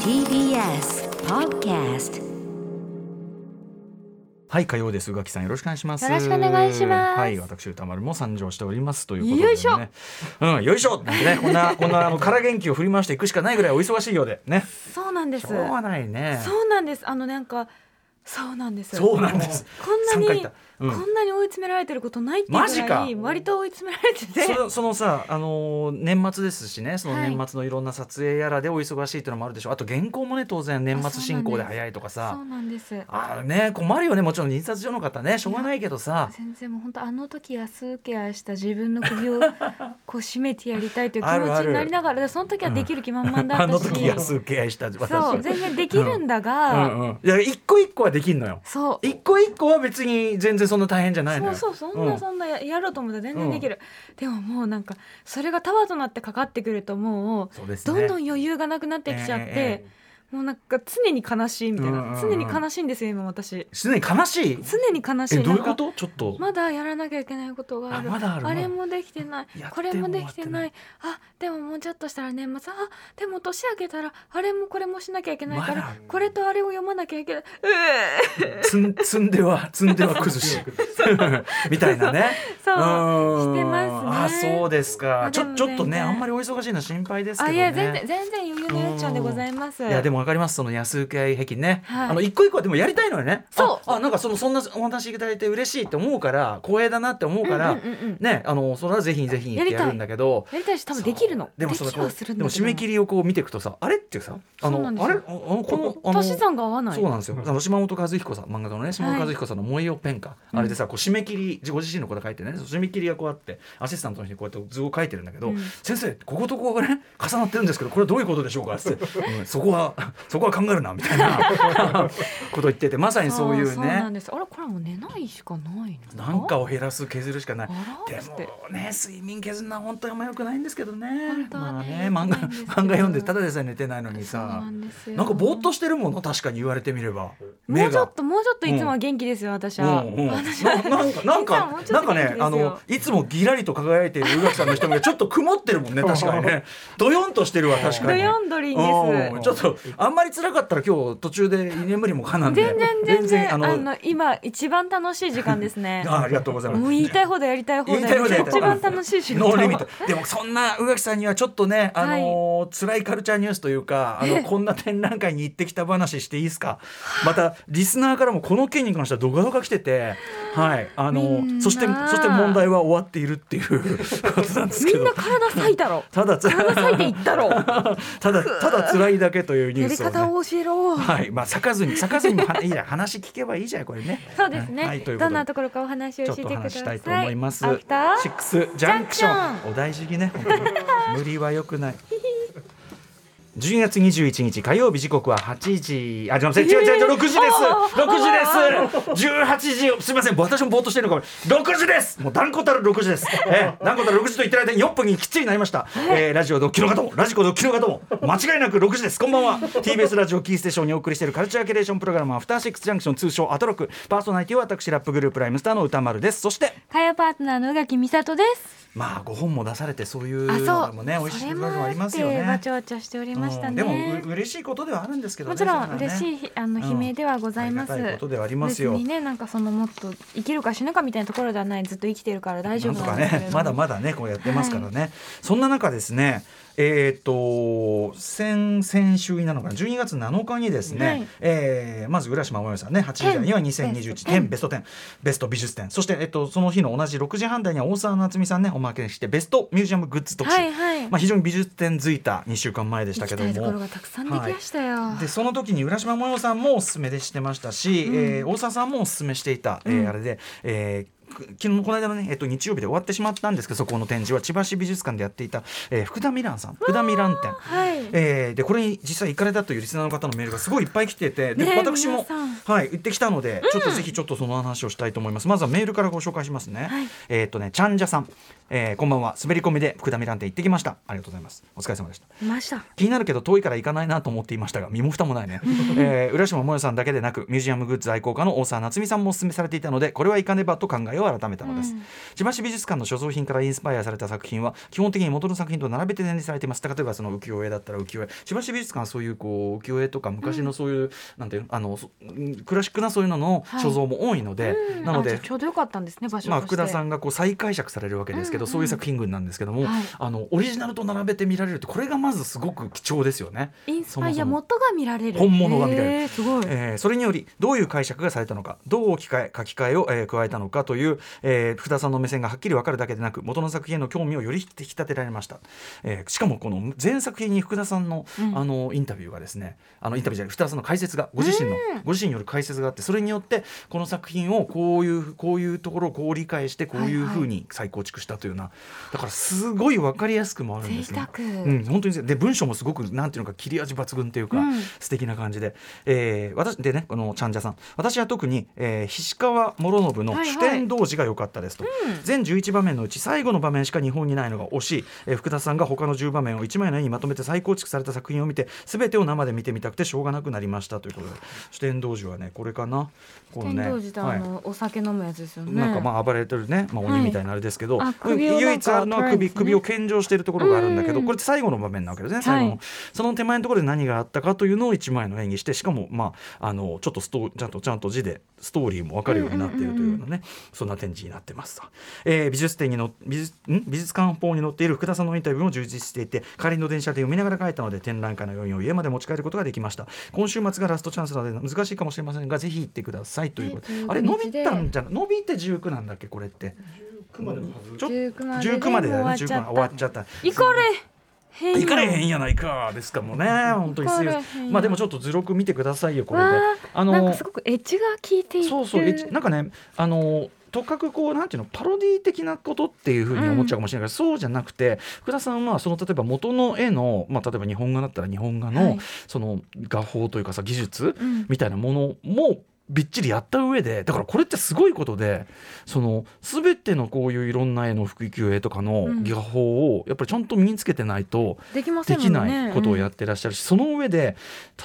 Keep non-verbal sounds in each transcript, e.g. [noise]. TBS Podcast はい、火曜です。宇垣さん、よろしくお願いします。よろしくお願いしますはい、私、歌丸も参上しておりますということで、ね。よいしょうん、よいしょなんてね、こんな、こんな、あの、空元気を振り回していくしかないぐらいお忙しいようで、 [laughs] ね。そうなんです。しょうがないね。そうなんです。あのなんか、そうなんです。そうなんです。こんな三回に言っ、たうんこんなに追い詰められてることないっていうマジぐらい、か割と追い詰められてて。そのそのさ、あのー年末ですしねそのはい年末のいろんな撮影やらでお忙しいっていうのもあるでしょ、あと原稿もね当然年末進行で早いとかそさうなんです。あーね困るよねもちろん印刷所の方ねしょうがないけどさ先生も本当あの時安請け合いした自分の [laughs] 首をこう締めてやりたいという気あるあ持ちるになりながらでその時はできる気満々だあっのたし、時安請け合いした私そう全然できるんだうが、んうん、いや一個一個はできんのよそう一個一個は別に全然そんな大変じゃないのそようそうそんなそんなや,、やろうと思ったら全然できる、でももうなんかそれがタワーとなってかかってくるともうそうですどねんどん余裕がなくなってきちゃって、えええもうなんか常に悲しいみたいな、うんうんうん常に悲しいんですよ今私すでに悲しい常に悲しいえどういうなこんかとちょっと、まだやらなきゃいけないことがあるあまだあるれもできてないやってこれもできてないもあでももうちょっとしたら年末あでも年明けたらあれもこれもしなきゃいけないから、まだこれとあれを読まなきゃいけないうえ積ん [laughs] 積んでは積んでは崩しみたいなねそううんしてますねあそうですかあちでょもちょっと全ね然あんまりお忙しいの心配ですけあどいや全然ね全然余裕のよっちゃんでございますいやでもわかりますその安請け合い癖ね、はいあの一個一個はでもやりたいのよねそうああなんかそのそんなお話いただいて嬉しいって思うから光栄だなって思うから、うんうんうんうんねあのそれはぜひぜひってやるんだけどやりたいし多分できるのそうでもでそきのはするんでだもけ締どめ切りをこう見ていくとさあれっていうさあそうのなあんですれよああのこのあの足し算が合わないそうなんですよあの島本和彦さん漫画家のね島本和彦さんの「萌えよペンか」あれでさこう締め切り自己自身のこと書いてねその締め切りがこうあってアシスタントの人にこうやって図を書いてるんだけどうん「先生こことここがね重なってるんですけどこれはどういうことでしょうか?」つって「うんそこはそこは考えるな」みたいなこと言っててまさにそういあうーそうなんねですあれこれもう寝ないしかないのなんかを減らす削るしかないあ。らでーっってもね睡眠削るのは本当にあんま良くないんですけどね本当はねまあ良ねく漫な画漫いんですけど画読んでただでさえ寝てないのにそうさんですよなんかぼーっとしてるもの確かに言われてみればも目うちょがっ。ともうちょっといつもは元気ですよ、私は、うんうんな私はなんかなんいかつももうちなんょっとか元気ねですよあのいつもぎらりと輝いている宇垣さんの瞳がちょっと曇ってる [laughs] もんね確かにねどよんとしてるわ確どかによんどりんうでんすちょっとあんまり辛かったら今日途中で居眠りもかなんで全然全然ああのの今一番楽しい時間ですね [laughs] あありがとうございますもう言いたいほどやりたいほど言いたい放題一番楽し [laughs] い瞬ノーリミ間ットでもそんな宇垣さんにはちょっとね、あのー辛いカルチャーニュースというかあのこんな展覧会に行ってきた話していいですかまたリスナーからもこの件に関してはドガドガ来てて、はいあのーみんなそしてそして問題は終わっているっていう [laughs] ことなんですみけんどな体裂いたろただつ体裂いていっ [laughs] たろただただ辛いだけというニュやーりスを、方ね。を教えろはい、まあ、咲かずに、咲かずにもは、いいや、話聞けばいいじゃん、これね。そうですね、はい、というこどとんでなところかお話をち教ょえってとくだ話さいしたいと思います。アフターシックスジャンクシジャンクション。お大事にね。本当に無理は良くない。12月21日火曜日時刻は8時あ、じゃあ、違う違う違う、6時です。6時です。18時、すみません、私もぼーっとしてるのかも。6時です。もう断固たる6時です。えー、断固たる6時と言ってる間に4分にきっちりなりました。えー、ラジオドッキリの方も、ラジコドッキリの方も、間違いなく6時です。こんばんは。TBS ラジオキーステーションにお送りしているカルチャーキュレーションプログラム、アフターシックスジャンクション通称アトロク。パーソナリティは私、ラップグループライムスターの歌丸です。そして、火曜パートナーの宇垣美里ですまあ、5本も出されて、そういうあのそうもね、美味しいそれ部も分もあありっますよてわねち。ゃわちゃしておりましたね、うんでもう嬉しいことではあるんですけどねもちろそんれはね嬉しい、あのうん悲鳴ではございます。ありがたいことではありますよ別にねなんかそのもっと生きるか死ぬかみたいなところではないずっと生きてるから大丈な夫んとかなんですけれどねもまだまだねこうやってますからね、そんな中ですねえーっと先先週になるのかな12月7日にですね、はいえーまず浦島もよさんね8時台には2021年ベスト10ベスト美術展そして、えっと、その日の同じ6時半台には大沢夏美さんねおまけしてベストミュージアムグッズ特集、はいはい、まあ、非常に美術展づいた2週間前でした行きけどたいところもがたくさんできましたよ。でその時に浦島もよさんもおすすめでしてましたし、うんえー大沢さんもおすすめしていた、えーうんあれで、えーく昨日この間のね、えっと、日曜日で終わってしまったんですけどそこの展示は千葉市美術館でやっていた、えー福田ミランさん福田ミラン展、はい、えーでこれに実際行かれたというリスナーの方のメールがすごいいっぱい来ててで、ねえ私も皆さん、はい、行ってきたので、ちょっとぜひちょっとその話をしたいと思いますまずはメールからご紹介しますね、はいえーっとねちゃんじゃさん、えーこんばんは滑り込みで福田ミラン展行ってきましたありがとうございますお疲れ様でしたいました。気になるけど遠いから行かないなと思っていましたが身も蓋もない [laughs] ね、えー浦島もよさんだけでなくミュージアムグッズ愛好家の大沢夏美さんもお勧めされていたのでこれは行かねばと考え会を改めたのです、うん千葉市美術館の所蔵品からインスパイアされた作品は基本的に元の作品と並べて展示されています例えばその浮世絵だったら浮世絵千葉市美術館はそういうこう浮世絵とか昔のそういう、なんていうのあのそうんクラシックなそういうののはい所蔵も多いので、うんなのあじゃであちょうどよかったんですね場所まあ、福田さんんがこう再解釈されるわけですけど、うんうんそういう作品群なんですけども、はいあのオリジナルと並べて見られるってこれがまずすごく貴重ですよね。インスパイそもそアも元が見られる本物が見られるへーすごい、えーそれによりどういう解釈がされたのかどう置き換え書き換えを、えー加えたのかという、えー福田さんの目線がはっきり分かるだけでなく元の作品への興味をより引き立てられました、えーしかもこの全作品に福田さんの,、うんあのインタビューがですねあのインタビューじゃない福田さんの解説がご自身の、うんご自身による解説があってそれによってこの作品をこういうこういうところをこう理解してこういうふうに再構築したというような、だからすごい分かりやすくもあるんです贅ね。沢、うん、本当にで文章もすごくなんていうのか切り味抜群というか、うん素敵な感じで、えー、私でねこのちゃんじゃさん私は特に、えー、菱川諸信のはいはい主典童子が良かったですと、うん全11場面のうち最後の場面しか日本にないのが惜しい、えー福田さんが他の10場面を1枚の絵にまとめて再構築された作品を見て全てを生で見てみたくてしょうがなくなりましたということで主典童子はねこれかなこの天ね童寺ってあの、お酒飲むやつですよねなんかまあ暴れてるね、まあ、鬼みたいなあれですけど、はいあこれ首をなんか唯一あるのは取られて首ね首を献上しているところがあるんだけどうんこれって最後の場面なわけですね最後の、はいその手前のところで何があったかというのを一枚の演技してしかもまああのちょっとストーちゃんとちゃんと字でストーリーも分かるようになっているというようなね、そんな展示になってますと、えー美術展にの美術ん美術館法に載っている福田さんのインタビューも充実していて帰りの電車で読みながら書いたので展覧会の余韻を家まで持ち帰ることができました今週末がラストチャンスなので難しいかもしれませんがぜひ行ってくださいということではいあれという伸ことびでたんじゃない伸びて19なんだっけこれってちょっと19まで19までだよねで19もまで終わっちゃった行かれへんやん行かれへんやないかですかもうね本当にすいま行かれへせんんやまあでもちょっと図録見てくださいよこれでわあなんのかすごくエッジが効いているそうそうえちなんかねあのとかくこうなんていうのパロディ的なことっていうふうに思っちゃうかもしれないけど、そうじゃなくて福田さんはその例えば元の絵の、まあ、例えば日本画だったら日本画の、はいその画法というかさ技術、うんみたいなものもびっちりやった上でだからこれってすごいことでその全てのこういういろんな絵の福級絵とかのうん技法をやっぱりちゃんと身につけてないとできませでんもきんねないことをやってらっしゃるし、その上で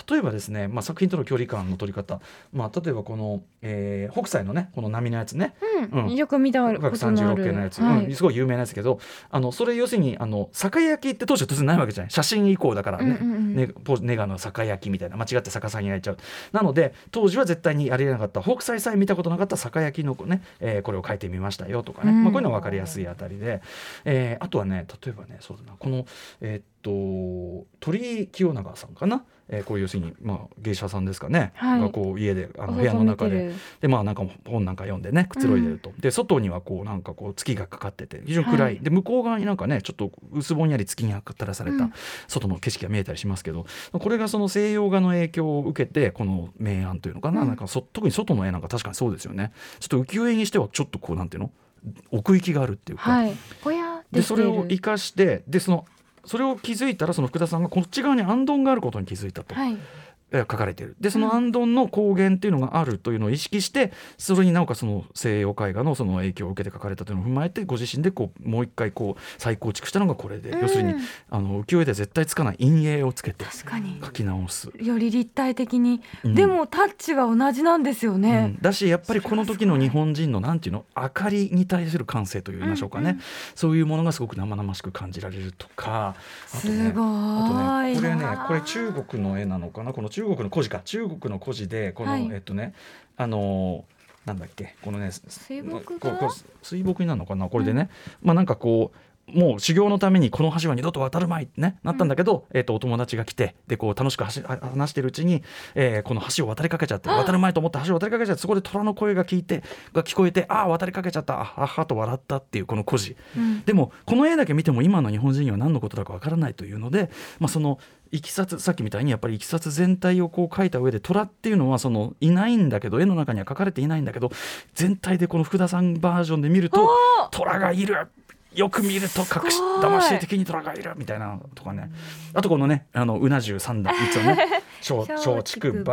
例えばですね、まあ、作品との距離感の取り方、まあ、例えばこの、えー北斎のねこの波のやつねうん、うんよく見たことのあ536る系のやつ、はいうんすごい有名なやつだけどあのそれ要するにあの酒焼きって当時は突然ないわけじゃない写真以降だからね、うんうんうんねポネガの酒焼きみたいな間違って逆さに焼いちゃうなので当時は絶対にありえなかった北斎さえ見たことなかった酒焼きのこ,、ねえーこれを書いてみましたよとかね、うんまあ、こういうのは分かりやすいあたりで、えーあとはね例えばねそうだなこのえーっと鳥居清永さんかな、えーこういう要するに、まあ、芸者さんですかね、はいがこう家であのお部屋の中外見でてるでまあなんか本なんか読んでねくつろいでると、で外にはこうなんかこう月がかかってて非常に暗い、はいで向こう側になんかねちょっと薄ぼんやり月にかたらされうたん外の景色が見えたりしますけど、これがその西洋画の影響を受けてこの明暗というのかな,、うんなんかそ特に外の絵なんか確かにそうですよねちょっと浮世絵にしてはちょっとこうなんていうの奥行きがあるっていうか、はいぼやってでしてそいれるを生かしてでそのそれを気づいたらその福田さんがこっち側に暗遁があることに気づいたと。はいえ書かれているでその安ンの光源っていうのがあるというのを意識してそれになおかつその西洋絵画のその影響を受けて書かれたというのを踏まえてご自身でこうもう一回こう再構築したのがこれで、うん要するにあの浮世絵では絶対つかない陰影をつけて確かに書き直す。より立体的に、うんでもタッチは同じなんですようねん、、だしやっぱりこの時の日本人のなんていうの明かりに対する感性といいましょうかね、うんうんそういうものがすごく生々しく感じられるとかあとねすごあとーね、いこれねなー、これ中国の絵なのかな、この中国の古事か、中国の古事で、この、はいえっとね、あのーなんだっけ、このね、水こ木画うこう水墨になるのかな、これでね、まあなんかこう。もう修行のためにこの橋は二度と渡るまいってねなったんだけど、えっとお友達が来てでこう楽しく橋あ話してるうちに、えーこの橋を渡りかけちゃって渡るまいと思って橋を渡りかけちゃってそこで虎の声が聞いてが聞こえてああ渡りかけちゃったああはと笑ったっていうこの故事、うんでもこの絵だけ見ても今の日本人には何のことだかわからないというので、まあ、そのいきさつさっきみたいにやっぱりいきさつ全体をこう描いた上で虎っていうのはそのいないんだけど絵の中には描かれていないんだけど全体でこの福田さんバージョンで見るとおー虎がいるよく見ると隠しすごい魂的に虎がいるみたいなのとかねあとこのねあのうな重三段三つを [laughs] ね松松竹梅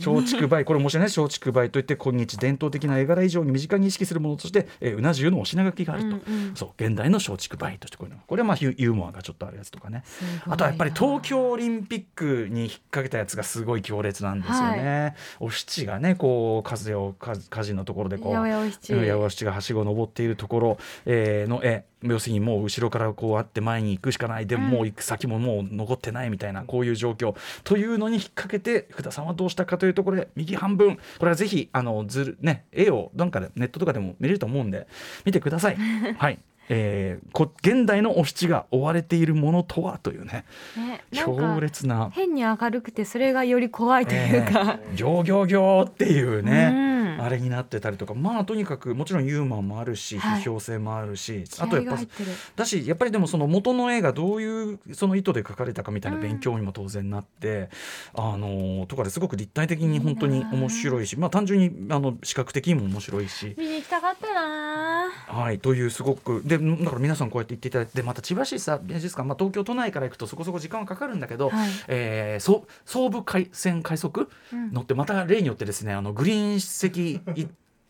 松竹梅これ面白いね松竹梅といって今日伝統的な絵柄以上に身近に意識するものとして、えーうな重のお品書きがあると、うんうんそう現代の松竹梅としてこういうのこれはまあヒュユーモアがちょっとあるやつとかねあとはやっぱり東京オリンピックに引っ掛けたやつがすごい強烈なんですよね。お七がねこう風をか火事のところでこう八百屋お八百屋お七七がはしごを登っているところ、えーの絵要するにもう後ろからこうあって前に行くしかないでもうんもう行く先ももう残ってないみたいなこういう状況というのに引っ掛けて福田さんはどうしたかというところで右半分これはぜひあのずるね絵をなんかでネットとかでも見れると思うんで見てく [laughs] ださい。はいえー、こ現代のお七が追われているものとはというねねなんか強烈な変に明るくてそれがより怖いというか、 「ギョギョギョ」っていうね、うんあれになってたりとかまあとにかくもちろんユーモアもあるし、はい批評性もあるし気あと合やっがぱ入ってるだしやっぱりでもその元の絵がどういうその意図で描かれたかみたいなうん勉強にも当然なって、あのーとかですごく立体的に本当に面白いしまあ単純にあの視覚的にも面白いし。見に行きたかったなはい、というすごくでだから皆さんこうやって言っていただいてでまた千葉市さ美術館、まあ、東京都内から行くとそこそこ時間はかかるんだけど、はいえーそう総武海線快速うん乗ってまた例によってですねあのグリーン席い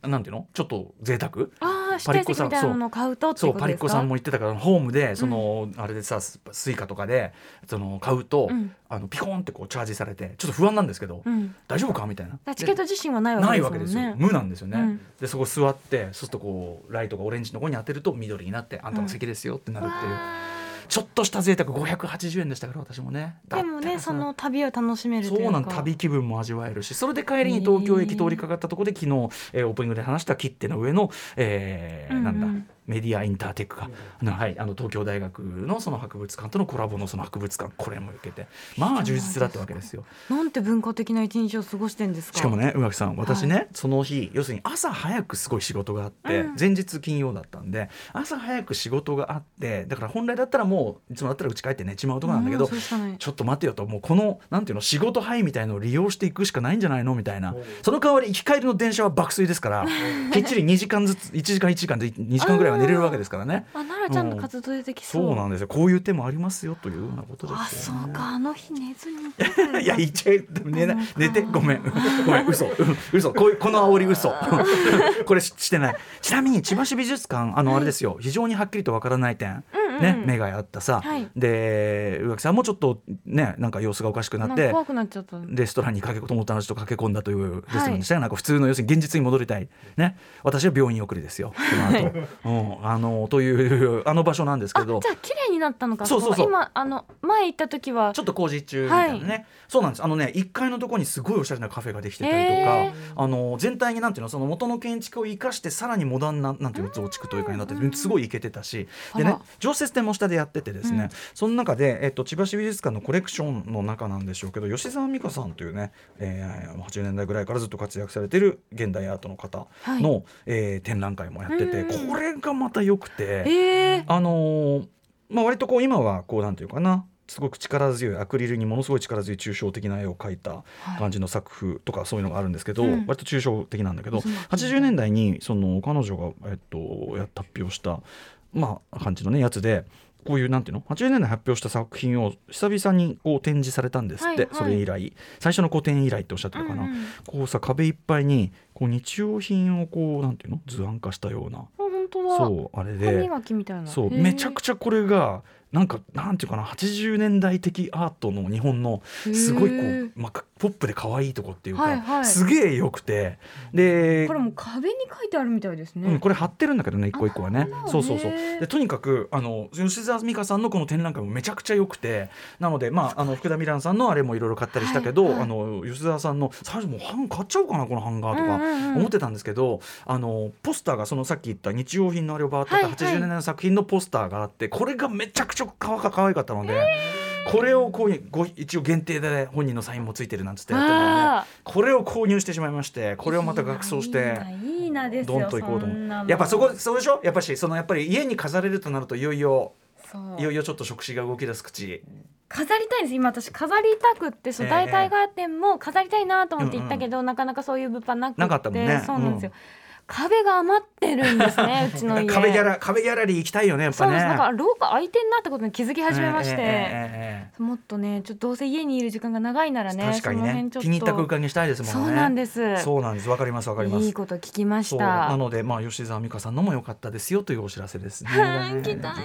なんていうのちょっと贅沢ああ指パリッ定コ席さんみたいなのを買うとってそこうとパリッですかコさんも言ってたからホームでその、あれでさススイカとかでその買うと、うんあのピコーンってこうチャージされてちょっと不安なんですけど、うん、だか大丈夫かみたいな。らチケット自身はないわなけいですわもけんでねすよ無なんですよね、うんでそうすると座ってそうするとこうライトがオレンジの方に当てると緑になってあんたの席ですよってなるっていう、ちょっとした贅沢580円でしたから私もねわーでもだったらねさその旅を楽しめるというかそうなん旅気分も味わえるしそれで帰りに東京駅通りかかったところで昨日、えーオープニングで話した切手の上の、えーうんうんなんだメディアインターテックが、なはい、あの東京大学のその博物館とのコラボのその博物館これも受けてまあ充実だったわけですよ。なんて文化的な一日を過ごしてんですかしかもねね宇垣さん私ね、その日要するに朝早くすごい仕事があって、うん前日金曜だったんで朝早く仕事があってだから本来だったらもういつもだったら家帰って寝ちまうとこなんだけど、そうしたねちょっと待てよともうこのなんていうの仕事範囲みたいのを利用していくしかないんじゃないのみたいなその代わり行き帰りの電車は爆睡ですからきっちり2時間ずつ1時間1時間で2時間ぐらいは寝れるわけですからねあ奈良ちゃんの活動でできそう、そうなんですよこういう手もありますよというようなことですよねあそうかあの日寝ずに行ってたんだいや言っちゃえ寝ないそうか寝てごめんごめん嘘うん嘘こういうこの煽り嘘これししてないちなみに千葉市美術館あのあれですよ非常にはっきりとわからない点うんうんね目があったさはいで宇垣さんもちょっとねなんか様子がおかしくななっんてか怖くなっちゃったレストランに駆け友達と駆け込んだというレストランはでいしたよ、なんか普通の要するに現実に戻りたいね私は病院送りですよこの後、 [laughs] うん、あのというあの場所なんですあけじどゃあ綺麗になったのかそうそうそうここ今あの前行った時はちょっと工事中みたいなね、そうなんですあのね1階のところにすごいおしゃれなカフェができてたりとか、へーあの全体になんていうのその元の建築を生かしてさらにモダンななんていうの増築というかになっててすごいイケてたしでねあら常設展も下でやっててですね、うんその中で、えっと、千葉市美術館のコレクションの中なんでしょうけど吉澤美香さんというね、えー、80年代ぐらいからずっと活躍されてる現代アートの方の、えー展覧会もやってて、うんこれがまた良くて。ええあのーまあ割とこう今はこうなんていうかなすごく力強いアクリルにものすごい力強い抽象的な絵を描いた感じの作風とかそういうのがあるんですけど、うん割と抽象的なんだけど、そう80年代にその彼女が、えっと、や発表した、まあ、感じのねやつで。こういうなんていうの80年代発表した作品を久々にこう展示されたんですって、はいはいそれ以来最初の個展以来っておっしゃってたかな、うんうんこうさ壁いっぱいにこう日用品をこうなんていうの図案化したようなあ本当だそうあれで歯磨きみたいなそうめちゃくちちゃこれがなんかなんていうかな80年代的アートの日本のすごいこへうー、まあか、ポップで可愛いとこっていうか、はいはいすげえ良くてでこれもう壁に書いてあるみたいですね、うん、これ貼ってるんだけどね一個一個はねあそうそうそうなるほどねでとにかくあの吉澤美香さんのこの展覧会もめちゃくちゃ良くてなので、まあ、あの福田美蘭さんのあれもいろいろ買ったりしたけど、はいはいあの吉澤さんの最初もう版買っちゃおうかなこの版画とうんうんかうん思ってたんですけど、あのポスターがそのさっき言った日用品のあれをバーっとやっては80いはい年代の作品のポスターがあってこれがめちゃくちゃ可愛か可愛かったので。これをこうご一応限定で本人のサインもついてるなんつってやってたのあでこれを購入してしまいましてこれをまた額装していいないいなですよどんと行こうとそんな思うのやっぱそこそうでしょやっぱしそのやっぱり家に飾れるとなるといよいよそういよいよちょっと触手が動き出す口飾りたいんです今私飾りたくってそえう、え代替ガーテンも飾りたいなと思って行ったけど、なかなかそういう物販なくてなかったもんねそうなんですよ、壁が余ってるんです [laughs] ねうちの家壁ギャラ壁ギャラリー行きたいよねやっぱそうねですなんか廊下空いてんなってことに気づき始めまして、えええええもっとねちょっとどうせ家にいる時間が長いならえね確かにその辺ねちょっと気に入った空間にしたいですもんねそうなんですそうなんですわかりますわかりますいいこと聞きましそうたなのでまあ吉澤美香さんのも良かったですよというお知らせですね。はい行きたいよ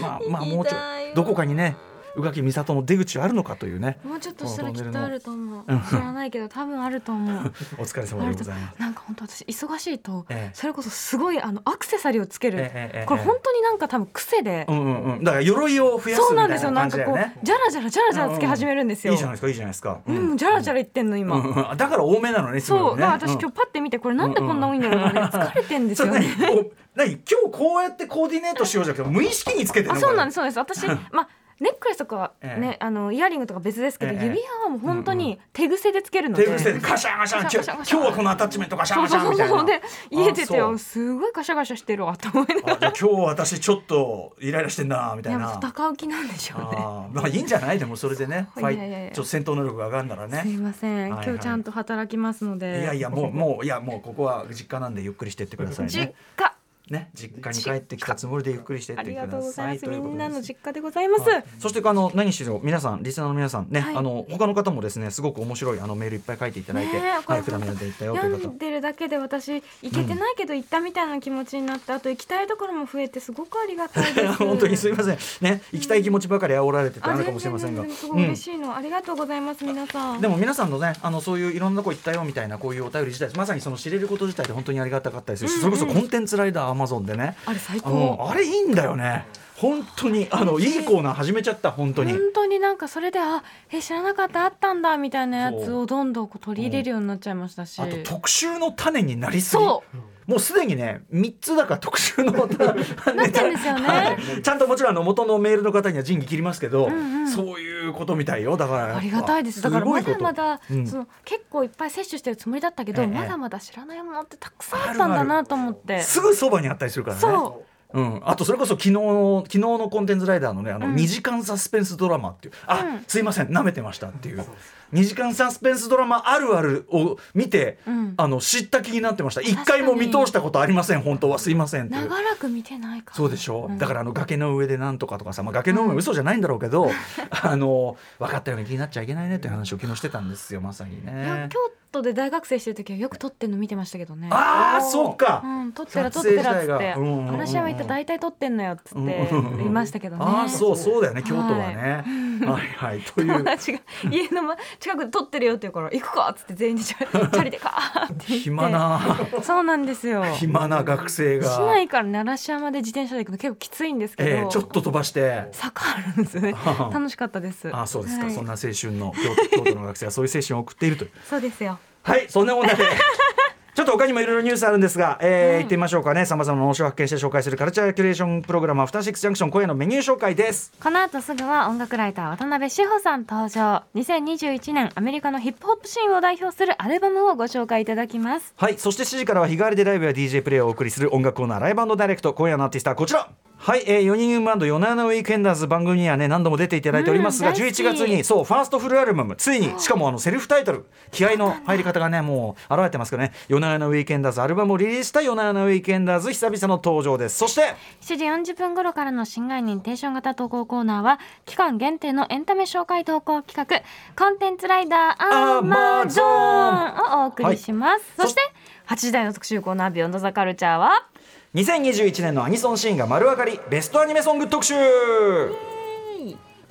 まあまあ行きたいもうちょよどこかにね宇垣美里の出口はあるのかというね。もうちょっとしたらきっとあると思ううん知らないけど多分あると思うお疲れ様あでるごとざいます。なんか本当私忙しいと、ええそれこそすごいあのアクセサリーをつける、ええええこれ本当になんか多分癖で、うんうんうん。だから鎧を増やすそうみなたんですよいななん感じかだこようね。ジャラジャラジャラジャラつけ始めるんですよ、いいじゃないですかいいじゃないですか。う、うんんジャラジャラ言ってんの今、うんあだから多めなのね。すごいそう、ねだから私今日パって見てこれなんでこんな多いんだろうな、ね、疲れてんですそよれ何ねこう何今日こうやってコーディネートしようじゃなくて無意識につけてるあのそうなんですすそうです私まあネックレスとかはね、えあのイヤリングとか別ですけど、ええ指輪はもう本当に手癖でつけるので、テーブルステージカシャンカシャンカシャンカシャン今日今日はこのアタッチメントカシャンそうカシャンみそうそたういそうな。で家出てあそうよすごいガシャガシャしてるわと思いながあじゃあ今日私ちょっとイライラしてんなみたらいいなや。戦う気なんでしょうねあーまあいいんじゃないでもそれでねそフうァいやいやいやイちょっと戦闘能力が上がるならすいねません、はいはい今日ちゃんと働きますのいでやいやもうもういやもうここは実家なんでゆっくりしてってください実ね家ね実家に帰ってきたつもりでゆっくりしてっあてりくがとうだござさいいますといみうことんでなのす実家でございます、はいそしてあの何しろ皆さんリスナーの皆さんね、はいあの他の方もですねすごく面白いあのメールいっぱい書いていただいて、ねえこはいれ膨らみでいったよとい読う方んでるだけで私行けてないけど行ったみたいな気持ちになって、あと行きたいところも増えてすごくありがたいです [laughs] [laughs] 本当にすいませんね行きたい気持ちばかり煽られててああるか全然もしれませんが全然すごいうん嬉しいの、ありがとうございます皆さんでも皆さんのねあのそういういろんなとこ行ったよみたいなこういうお便り自体まさにその知れること自体で本当にありがたかったりするし、うんうんそれこそコンテンツライダーアマゾンでねあれ最あの高あれいいんだよね本当にあのいいコーナー始めちゃった本当本に。当になんかそれであえ知らなかったあったんだみたいなやつそをどんどんこう取り入れるようになっちゃいましたし、あと特集の種になりすぎそうもうすでにね3つだから特集のなっちゃうんですよ [laughs] ね、はいちゃんともちろんあの元のメールの方には仁義切りますけど、んうんそういうことみたいよだからやっぱありがたいですだからまだまだ、すごいことその結構いっぱい摂取してるつもりだったけど、ええまだまだ知らないものってたくさんあったんだなと思ってすぐそばにあったりするからねそううん、あとそれこそ昨日の昨日のコンテンツライダーのねあのうん2時間サスペンスドラマっていう、あ、うんすいません舐めてましたっていう2時間サスペンスドラマあるあるを見て、うんあの知った気になってました一に回も見通したことありません本当はすいませんっていう長らく見てないからそうでしょ、うんだからあの崖の上でなんとかとかさ、まあ、崖の上も嘘じゃないんだろうけど、あの分かったように気になっちゃいけないねっていう話を昨日してたんですよまさにいやね京。都で大学生してる時はよく撮ってんの見てましたけどねああそうか、うん、撮ってら撮ってらっ撮つっ影て自体がうんうんうんうん嵐山行って大体撮ってんのよっつっうんてうんうんいましたけどねああそうそうだよね京都はね。ははいはいとい友う達が家のま近くで撮ってるよって言うから行くかっつって全員でチャリチャリ [laughs] でかーって言って暇な。そうなんですよ市暇な学生が、内からね嵐山で自転車で行くの結構きついんですけど、ええちょっと飛ばして坂あるんですよねあ楽しかったですあそうですか、はいそんな青春の京都京都の学生がそういう青春を送っているというそうですよはいそんなもん [laughs] だけちょっと他にもいろいろニュースあるんですが、えーうん行ってみましょうかねさまざまな面白を発見して紹介するカルチャーキュレーションプログラム「アフターシックスジャンクション」今夜のメニュー紹介ですこの後すぐは音楽ライター渡辺志保さん登場2021年アメリカのヒップホップシーンを代表するアルバムをご紹介いただきますはいそして7時からは日替わりでライブや DJ プレイをお送りする音楽コーナー「ライブダイレクト」今夜のアーティストはこちらはい、えー、4人組バンド「夜な夜なウィークエンダーズ」番組にはね何度も出ていただいておりますが、うん大好き11月にそうファーストフルアルバムついにしかもあのセルフタイトル気合の入り方がねもう現れてますからね「夜な夜なウィークエンダーズ」アルバムをリリースした「夜な夜なウィークエンダーズ」久々の登場ですそして7時40分頃からの新概念テーション型投稿コーナーは期間限定のエンタメ紹介投稿企画コンテンツライダーアーマーゾーンをお送りします、はいそして8時台の特集コーナービヨンドザカルチャーは2021年のアニソンシーンが丸分かりベストアニメソング特集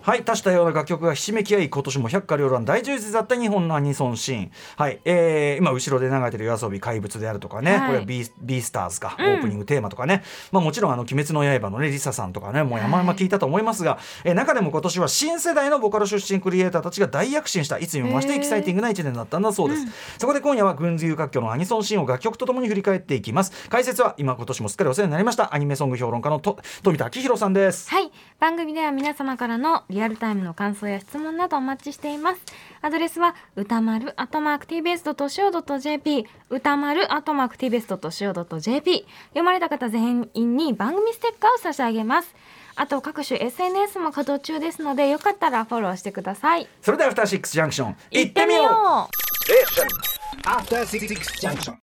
はい多種多様な楽曲がひしめき合い今年も百花繚乱大充実だった日本のアニソンシーンはい、えー、今後ろで流れてる夜遊び怪物であるとかね、はいこれはビービースターズか、オープニングテーマとかねまあもちろんあの鬼滅の刃のねリサさんとかねもう山々聞いたと思いますが、えー中でも今年は新世代のボカロ出身クリエイターたちが大躍進したいつにも増してエキサイティングな一年だったんだそうです、そこで今夜は群雄割拠のアニソンシーンを楽曲とともに振り返っていきます解説は今今年もすっかりお世話になりましたアニメソング評論家のと富田明宏さんですはい番組では皆様からのリアルタイムの感想や質問などお待ちしていますアドレスは歌丸アットマーク TBS.CO.JP 歌丸アットマーク TBS.CO.JP 読まれた方全員に番組ステッカーを差し上げますあと各種 SNS も稼働中ですのでよかったらフォローしてくださいそれではアフターシックスジャンクション行行ってみようう After Six Junction.